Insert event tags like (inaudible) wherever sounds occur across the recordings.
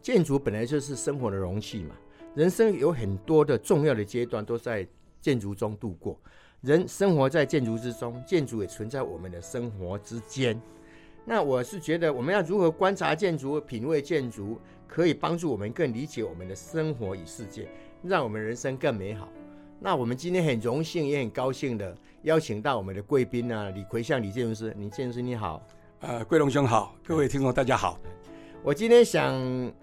建筑本来就是生活的容器嘛，人生有很多的重要的阶段都在建筑中度过。人生活在建筑之中，建筑也存在我们的生活之间。那我是觉得，我们要如何观察建筑、品味建筑，可以帮助我们更理解我们的生活与世界，让我们人生更美好。那我们今天很荣幸，也很高兴的邀请到我们的贵宾啊，李奎相李建筑师，李建筑师你好。呃，桂龙兄好，各哎位听众大家好。我今天想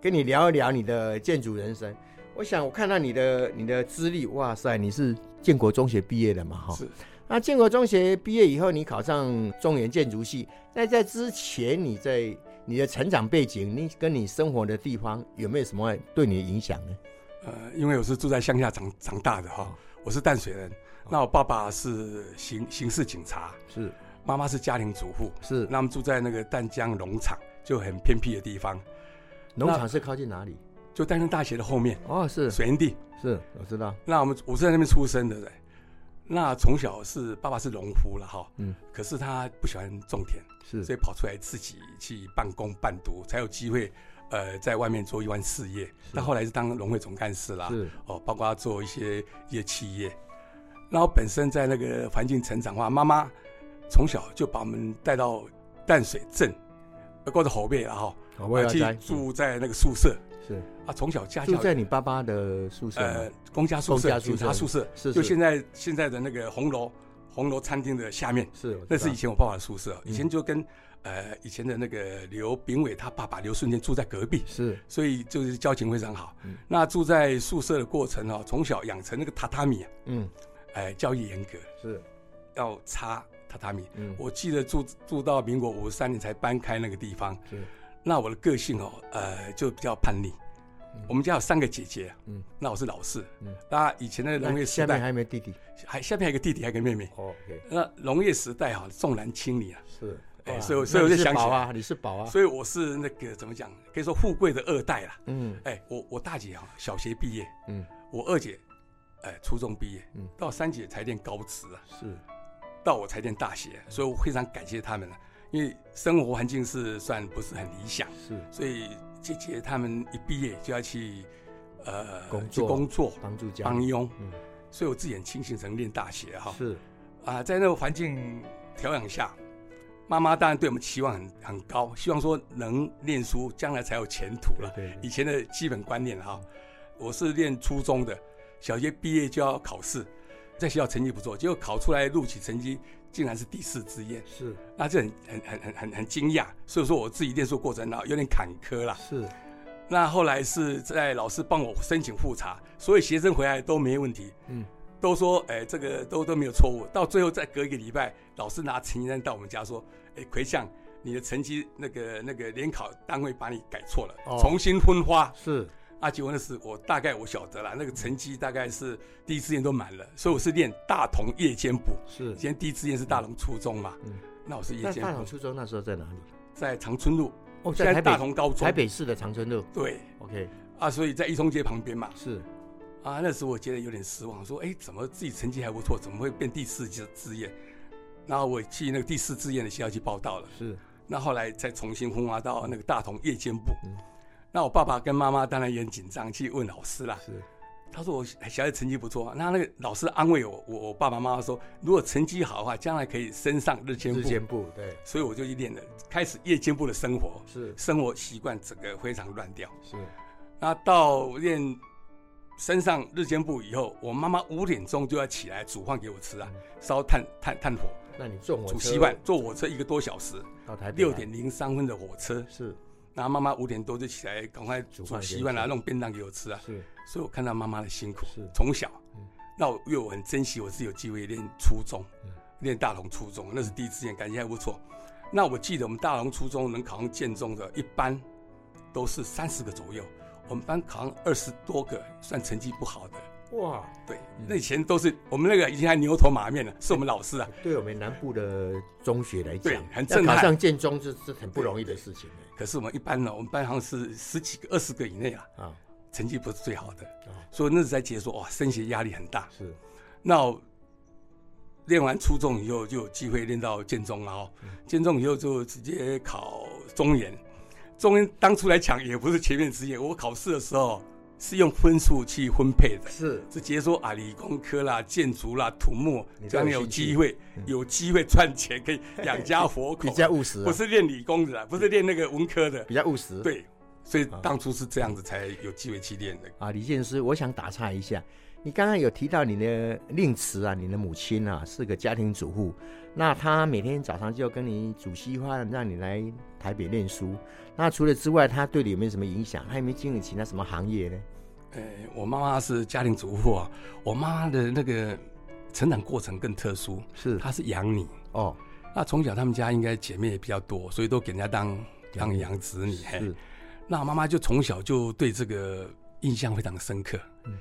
跟你聊一聊你的建筑人生。我想我看到你的你的资历，哇塞，你是建国中学毕业的嘛？哈，是那建国中学毕业以后，你考上中原建筑系。那在之前，你在你的成长背景，你跟你生活的地方有没有什么对你的影响呢？呃，因为我是住在乡下长长大的哦哈、我是淡水人。那我爸爸是刑刑事警察，是妈妈是家庭主妇。是，那我们住在那个淡江农场，就很偏僻的地方，农场是靠近哪里？就淡江大学的后面哦，是水源地。是，我知道。那我们我是在那边出生的，对那从小是爸爸是农夫了哈，嗯，可是他不喜欢种田，是所以跑出来自己去半工半读，才有机会，呃，在外面做一番事业。那后来是当农会总干事啦，啊是哦，包括做一些一些企业。然后本身在那个环境成长的话，妈妈从小就把我们带到淡水镇，呃，过着后背了哈，啊啊我也要去在住在那个宿舍是啊，从小家住教在你爸爸的宿舍呃吗。公家宿公家舍、宿舍警察宿舍，是就是现在现在的那个红楼红楼餐厅的下面，是，嗯我知那是道以前我爸爸的宿舍，以前就跟呃以前的那个刘炳伟他爸爸刘顺天住在隔壁，是所以就是交情非常好嗯。那住在宿舍的过程哦，从小养成那个榻榻米啊，嗯哎，教育严格，是要擦榻榻米。嗯我记得住住到民国五十三年才搬开那个地方，是那我的个性哦，呃，就比较叛逆。我们家有三个姐姐，嗯嗯，那我是老四嗯。那以前的农业时下面代，还没弟弟。还下面还有一个弟弟，还有一个妹妹。哦，OK，那农业时代哈，重男轻女啊，是，哎哇所以我那所以我你就是想起宝来啊，你是宝啊，所以我是那个怎么讲，可以说富贵的二代啦。嗯哎，我我大姐哈、小学毕业，嗯，我二姐，哎，初中毕业，嗯到三姐才念高职啊，是到我才念大学，所以我非常感谢他们了、因为生活环境是算不是很理想，是，所以姐姐他们一毕业就要去，呃，工去作工作帮助家帮里，佣，嗯所以我自己很庆幸能念大学哈、是啊，在那个环境调养下，妈妈当然对我们期望很很高，希望说能念书，将来才有前途了。对对对以前的基本观念哈、我是念初中的，小学毕业就要考试，在学校成绩不错，结果考出来录取成绩竟然是第四志愿，是那这很很很很很很惊讶。所以说我自己念书过程呢啊有点坎坷啦。是那后来是在老师帮我申请复查，所以学生回来都没问题，嗯嗯，都说哎、这个都都没有错误。到最后再隔一个礼拜，老师拿成绩单到我们家说，哎、奎相，你的成绩那个那个联考单位把你改错了，哦重新分发。是啊，结果那是我大概我晓得了，那个成绩大概是第一志愿都满了，所以我是练大同夜间部，是以。前第一志愿是大同初中嘛，嗯那我是夜那间大部同，初中那时候在哪里？在长春路，哦，哦现在台大北同高中，台北市的长春路。对 OK，啊，所以在一中街旁边嘛，是啊，那时候我觉得有点失望，说哎，怎么自己成绩还不错，怎么会变第四志志愿？然后我去那个第四志愿的学校去报道了，是那后来再重新分发到那个大同夜间部。嗯那我爸爸跟妈妈当然也很紧张，去问老师啦。是他说我哎小孩成绩不错啊，那那个老师安慰我，我我爸爸妈妈说，如果成绩好的话，将来可以升上日间日部。间部对所以我就去练了，开始夜间部的生活，是生活习惯整个非常乱掉。是那到练身上日间部以后，我妈妈五点钟就要起来煮饭给我吃啊，烧炭炭炭火，那你坐火煮车稀饭，坐火车一个多小时，到台北六来点零三分的火车。是那妈妈五点多就起来，赶快煮煮饭给稀你饭吃啊，弄便当给我吃啊。是所以我看到妈妈的辛苦是，从小嗯，那我因为我很珍惜，我是有机会练初中嗯，练大同初中，那是第一志愿，感觉还不错。那我记得我们大同初中能考上建中的，一般都是三十个左右，我们班考上二十多个，算成绩不好的。哇，对，嗯那以前都是我们那个已经还牛头马 (laughs) 面了，是我们老师啊，对我们南部的中学来对讲，很要震考撼上建中这是很不容易的事情可是我们一般呢，我们班好像是十几个、二十个以内啊，哎啊，成绩不是最好的，哦所以那时在解说哇，升学压力很大。是那我练完初中以后，就有机会练到建中了哦。建中以后就直接考中研，中研当初来讲也不是前面职业，我考试的时候是用分数去分配的。是直接说啊，理工科啦、建筑啦、土木，你这都有样有兴趣嗯机会，有机会赚钱，可以养家活口 (laughs) 比。较务实啊，不是练理工的啦，不是练那个文科的。比较务实。对，所以当初是这样子才有机会去练的。啊，李建师，我想打岔一下，你刚刚有提到你的令慈啊，你的母亲啊是个家庭主妇，那她每天早上就跟你煮稀饭，让你来台北念书。那除了之外，她对你有没有什么影响？她有没有经营其他什么行业呢？呃，我妈妈是家庭主妇啊，我妈妈的那个成长过程更特殊，是她是养女。哦，那从小他们家应该姐妹也比较多，所以都给人家当当养子女。嘿是那我妈妈就从小就对这个印象非常深刻。嗯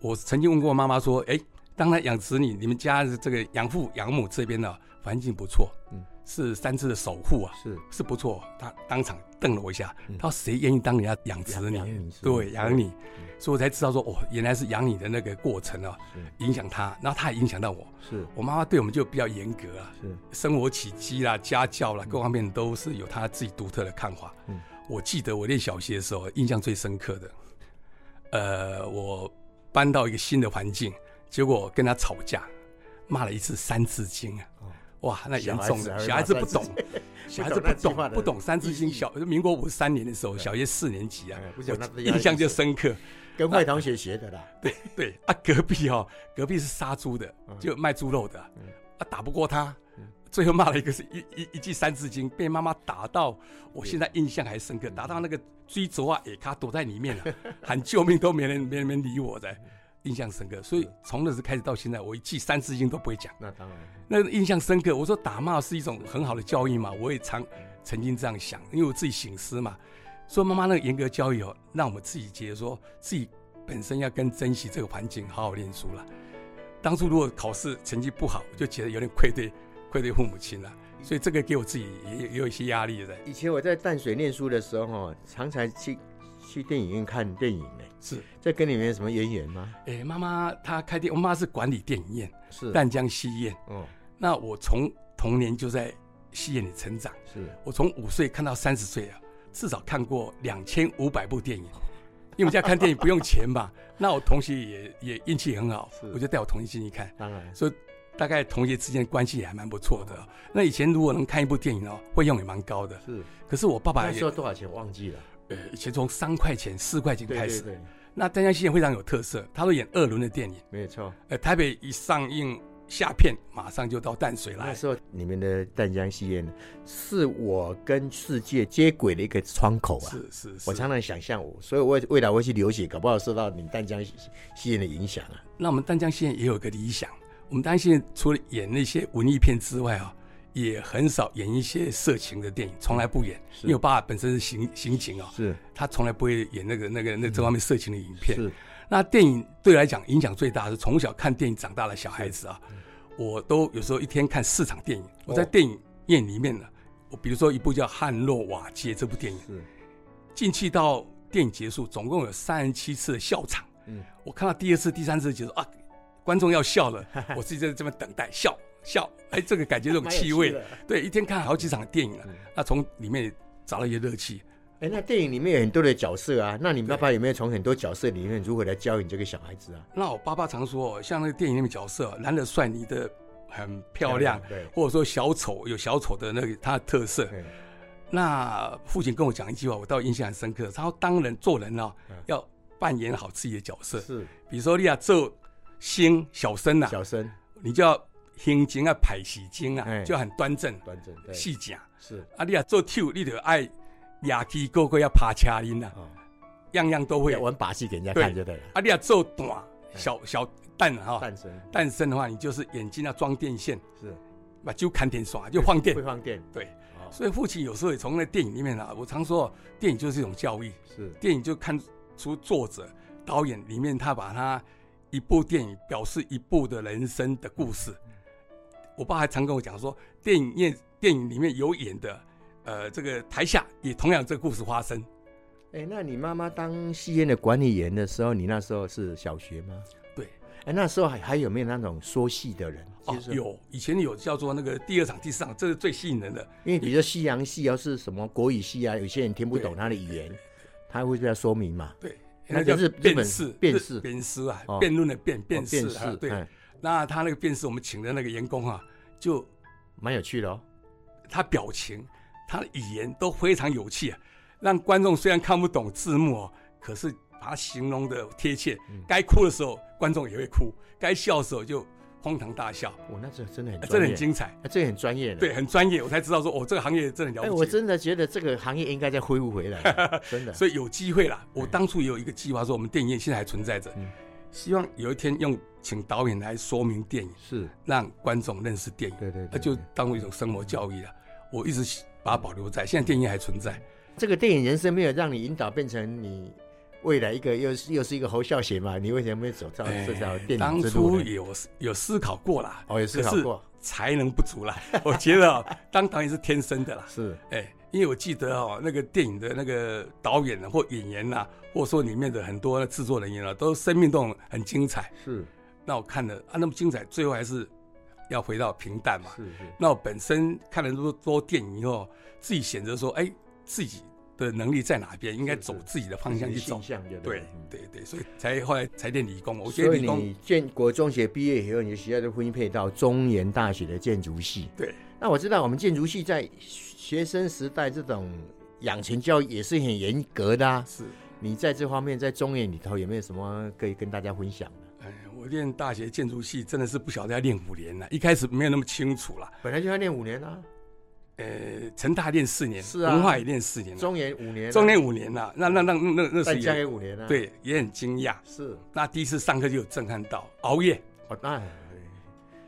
我曾经问过我妈妈说：“哎、当然养子女，你们家的这个养父养母这边呢、环境不错，嗯是三只的守护啊，是是不错。”她当场瞪了我一下嗯，她说：“谁愿意当人家养子女养养你？是对，养你嗯。”所以我才知道说，哦，原来是养你的那个过程啊，影响她，然后她也影响到我。是我妈妈对我们就比较严格啊，是生活起居啦、家教啦，各方面都是有他自己独特的看法。嗯我记得我念小学的时候，印象最深刻的，呃，我搬到一个新的环境，结果跟他吵架，骂了一次《三字经》啊，哦哇，那严重的，小小孩孩子子还会不骂懂三，小孩子那不句懂话的不懂《三字经意》义小，民国五三年的时候，小学四年级啊哎，不我晓得那不是压力印象就是 (laughs) 深刻。跟坏同学学的啦，对对啊，隔壁哦，隔壁是杀猪的，就卖猪肉的，嗯啊打不过他嗯，最后骂了一个是一一一记三字经，被妈妈打到，我现在印象还深嗯刻，打到那个追逐啊，也卡躲在 (laughs) 里面了、喊救命都没人没人没人理我嗯的，印象深刻。所以从那时开始到现在，我一记三字经都不会讲，那当然那印象深刻。我说打骂是一种很好的教育嘛，我也常曾经这样想，因为我自己醒思嘛，说妈妈那个严格教育哦，让我们自己觉得说自己本身要更珍惜这个环境，好好念书啦。当初如果考试成绩不好，我就觉得有点愧对愧对父母亲了，所以这个给我自己也也有一些压力的。以前我在淡水念书的时候，哦常常去去电影院看电影呢。是，这跟你们有什么渊源吗？诶，妈妈她开店，我妈是管理电影院，是淡江戏院。哦，那我从童年就在戏院里成长，是我从五岁看到三十岁啊，至少看过两千五百部电影。因为我们家看电影不用 (laughs) 钱嘛，那我同学也也运气很好是，我就带我同学进去看，当然所以大概同学之间关系也还蛮不错的哦、那以前如果能看一部电影哦，费用也蛮高的。是。可是我爸爸那也时候多少钱我忘记了，呃，以前从三块钱、四块钱对开对始。对，那丹江戏院非常有特色，他都演二轮的电影，没有错。呃，台北一上映下片，马上就到淡水那来。时候你们的淡江戏院是我跟世界接轨的一个窗口啊。是是是。我常常想象我，所以我未来会去留学，搞不好受到你淡江戏戏院的影响啊。那我们丹江县也有一个理想，我们丹江县除了演那些文艺片之外啊，也很少演一些色情的电影，从来不演。是因为我爸爸本身是刑刑警啊，是他从来不会演那个那个那这方面色情的影片。嗯是那电影对我来讲影响最大的是从小看电影长大的小孩子啊，嗯我都有时候一天看四场电影。我哦在电影院里面呢，我比如说一部叫《汉诺瓦街》这部电影，是，进去到电影结束，总共有三十七次的笑场。嗯，我看到第二次、第三次，觉得啊，观众要 (laughs) 笑了，我自己在这边等待笑笑，哎，这个感觉这种 (laughs) 气味，对，一天看好几场电影了、嗯那从里面找到一些乐趣。哎，那电影里面有很多的角色啊，那你爸爸有没有从很多角色里面如何来教你这个小孩子啊？那我爸爸常说，像那个电影里面角色，男的帅，女的很漂亮，对或者说小丑有小丑的那个他的特色。对，那父亲跟我讲一句话，我倒印象很深刻。他说，当人做人啊嗯，要扮演好自己的角色。是比如说，你要做星小生啊，小生你就要行情啊、排戏精哎啊，就要很端正、端正，对，细讲。是啊，你啊做跳，你就爱牙起个个要爬车音啊，哦，样样都会要。玩把戏给人家对啊看就对了，啊，你啊做短哎小小蛋哈，诞生蛋生的话，你就是眼睛要啊装电线，是把就看电耍就放电会。放电，对，哦所以父亲有时候也从那电影里面啊，我常说电影就是一种教育，是电影就看出作者、导演里面，他把他一部电影表示一部的人生的故事。我爸还常跟我讲说，电影院电影里面有演的，呃，这个台下也同样这个故事发生。哎、那你妈妈当戏院的管理员的时候，你那时候是小学吗？对。哎、那时候还还有没有那种说戏的人？哦就是，有以前有叫做那个第二场、第四场，这是最吸引人的。因为比如说西洋戏，要啊是什么国语戏啊，有些人听不懂对他的语言，他会被他说明嘛。对，哎那个叫日日辩本士，辩日士辩士啊哦，辩论的辩，辩哦士士、啊，对。哎那他那个辩士，我们请的那个员工啊，就蛮有趣的哦。他表情、他的语言都非常有趣、啊，让观众虽然看不懂字幕哦，可是把它形容的贴切。嗯该哭的时候，观众也会哭；该笑的时候，就哄堂大笑，我那时候真的很哎专业，真的很精彩。哎这个很专业的。对，，很专业，我才知道说，哦，这个行业真的哎、很了不我起。真的觉得这个行业应该再恢复回来 (laughs) 了，真的。所以有机会啦，我当初也有一个计划，说我们电影院现在还存在着哎嗯，希望有一天用请导演来说明电影，是，让观众认识电影，对对那对。就对当做一种生活教育了。啊我一直把它保留在，现在电影院还存在。这个电影人生没有让你引导变成你未来一个又是又是一个侯孝贤嘛？你为什么会走到哎呃这条电当影之路初呢？有有思考过啦，哦，也思考过，才能不足啦。我觉得哦 (laughs) 当导演是天生的啦，是哎，因为我记得哦，那个电影的那个导演啊或演员呐、或者说里面的很多制作人员啊，都生命都很精彩。是那我看了啊，那么精彩，最后还是要回到平淡嘛。是是，那我本身看了那么多电影以后，自己选择说，哎，自己的能力在哪边，应该是是走自己的方向去走形。象就对了嗯对对，所以才后来才练理工。我觉得所以理工你建国中学毕业以后，你的学校就分配到中原大学的建筑系。对，那我知道我们建筑系在学生时代这种养成教育也是很严格的啊。是，你在这方面在中原里头有没有什么可以跟大家分享的？哎，我练大学建筑系真的是不晓得要练五年了，一开始没有那么清楚了。本来就要练五年啊，呃，成大练四年，是啊文化也练四年了，中原五年啊、中练五年了。那那那那那再是加也给五年啊。，对，也很惊讶。是那第一次上课就有震撼到，熬夜，哦，那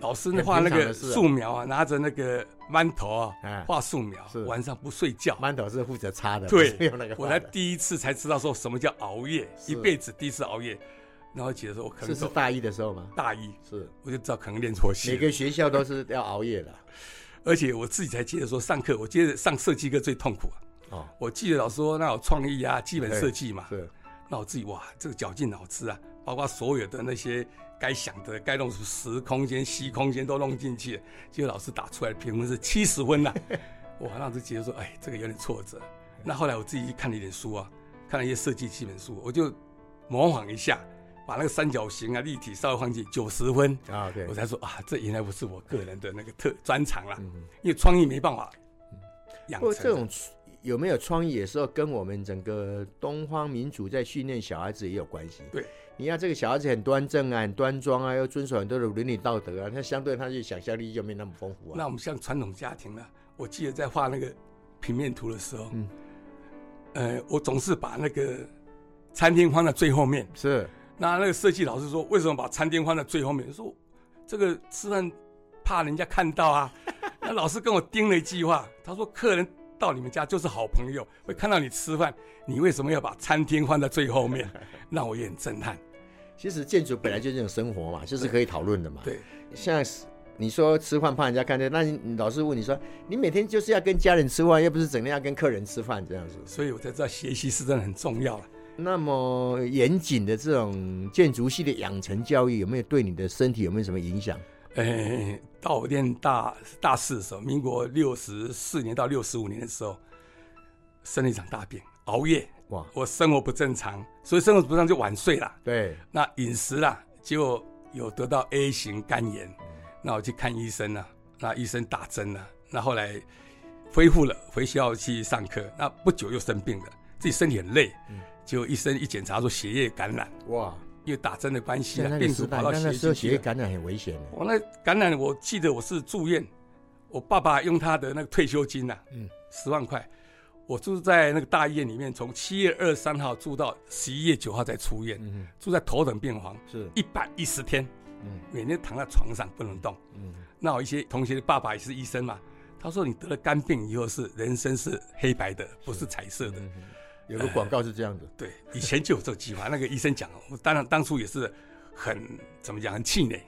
老师很画那平常的个事啊素描啊，拿着那个馒头哎啊，画素描是，晚上不睡觉。馒头是负责擦的，对不是用那个我画才的。第一次才知道说什么叫熬夜，是一辈子第一次熬夜，然后觉得说我可是能是说大一的时候吗？大一是，我就知道可能练错戏每了。个学校都是要熬夜的。而且我自己才记得说上课，我记得上设计课最痛苦啊。哦，我记得老师说那有创意啊，基本设计嘛，是那我自己哇，这个绞尽脑汁啊，包括所有的那些该想的、该弄出时空间、西空间都弄进去了，结果老师打出来的评分是七十分呐、 (laughs) 哇，那我就觉得说，哎，这个有点挫折。那后来我自己去看了一点书啊，看了一些设计基本书，我就模仿一下，把那个三角形啊、立体稍微放进九十分，啊，对我，才说啊，这原来不是我个人的那个特专长啦。嗯。因为创意没办法养不过成。这种有没有创意，也是要跟我们整个东方民族在训练小孩子也有关系。对，你看这个小孩子很端正啊，很端庄啊，要遵守很多的伦理道德啊，那相对他就想象力就没那么丰富那啊。我们像传统家庭呢，我记得在画那个平面图的时候，嗯呃，我总是把那个餐厅放在最后面。是那那个设计老师说，为什么把餐厅放在最后面？我说这个吃饭怕人家看到啊。 (laughs) 那老师跟我叮了一句话，他说客人。到你们家就是好朋友，会看到你吃饭，你为什么要把餐厅放在最后面？ (laughs) 让我也很震撼。其实建筑本来就是这种生活嘛，就是可以讨论的嘛。对，像是你说吃饭怕人家看见，那你老师问你说，你每天就是要跟家人吃饭，又不是整天要跟客人吃饭这样子。所以我才知道学习是真的很重要了。那么严谨的这种建筑系的养成教育，有没有对你的身体有没有什么影响？呃，到我念大大四的时候，民国六十四年到六十五年的时候，生了一场大病，熬夜，哇，我生活不正常，所以生活不正常就晚睡啦，对，那饮食啦，结果有得到 A 型肝炎，那我去看医生了，那医生打针了，那后来恢复了，回学校去上课，那不久又生病了，自己身体很累，嗯结果医生一检查说血液感染，哇。因为打针的关系在啊，那个病时毒代，跑到那血那液时候进血去液了。感染很危险的。我哦那感染，我记得我是住院，我爸爸用他的那个退休金呐、嗯嗯，十万块，我住在那个大医院里面，从七月二三号住到十一月九号才出院，嗯，住在头等病房是，一百一十天，嗯每天躺在床上不能动。嗯，那我一些同学的爸爸也是医嗯生嘛，他说你得了肝病以后是人生是黑白的，不是彩色的。有个广告是这样的，对，以前就有这个计划。那个医生讲，我当然当初也是很怎么讲，很气馁。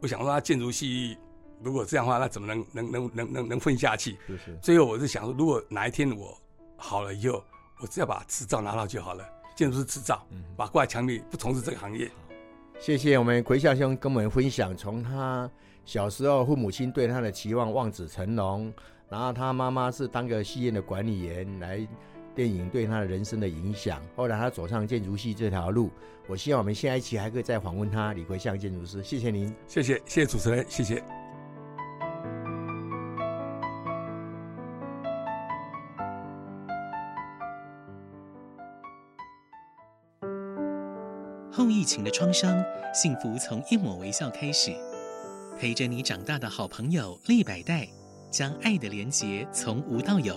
我想说，他啊建筑系如果这样的话，那怎么能能能能能能混下去？是不是？最后我是想说，如果哪一天我好了以后，我只要把执照拿到就好了，建筑师执照，嗯把挂在墙壁，不从事这个行业。谢谢我们奎孝兄跟我们分享，从他小时候父母亲对他的期望望子成龙，然后他妈妈是当个戏院的管理员，来电影对他的人生的影响。后来他走上建筑系这条路，我希望我们下一期还可以再访问他，李奎相建筑师。谢谢您。谢谢，谢谢主持人，谢谢。后疫情的创伤，幸福从一抹微笑开始。陪着你长大的好朋友利百代，将爱的连结从无到有。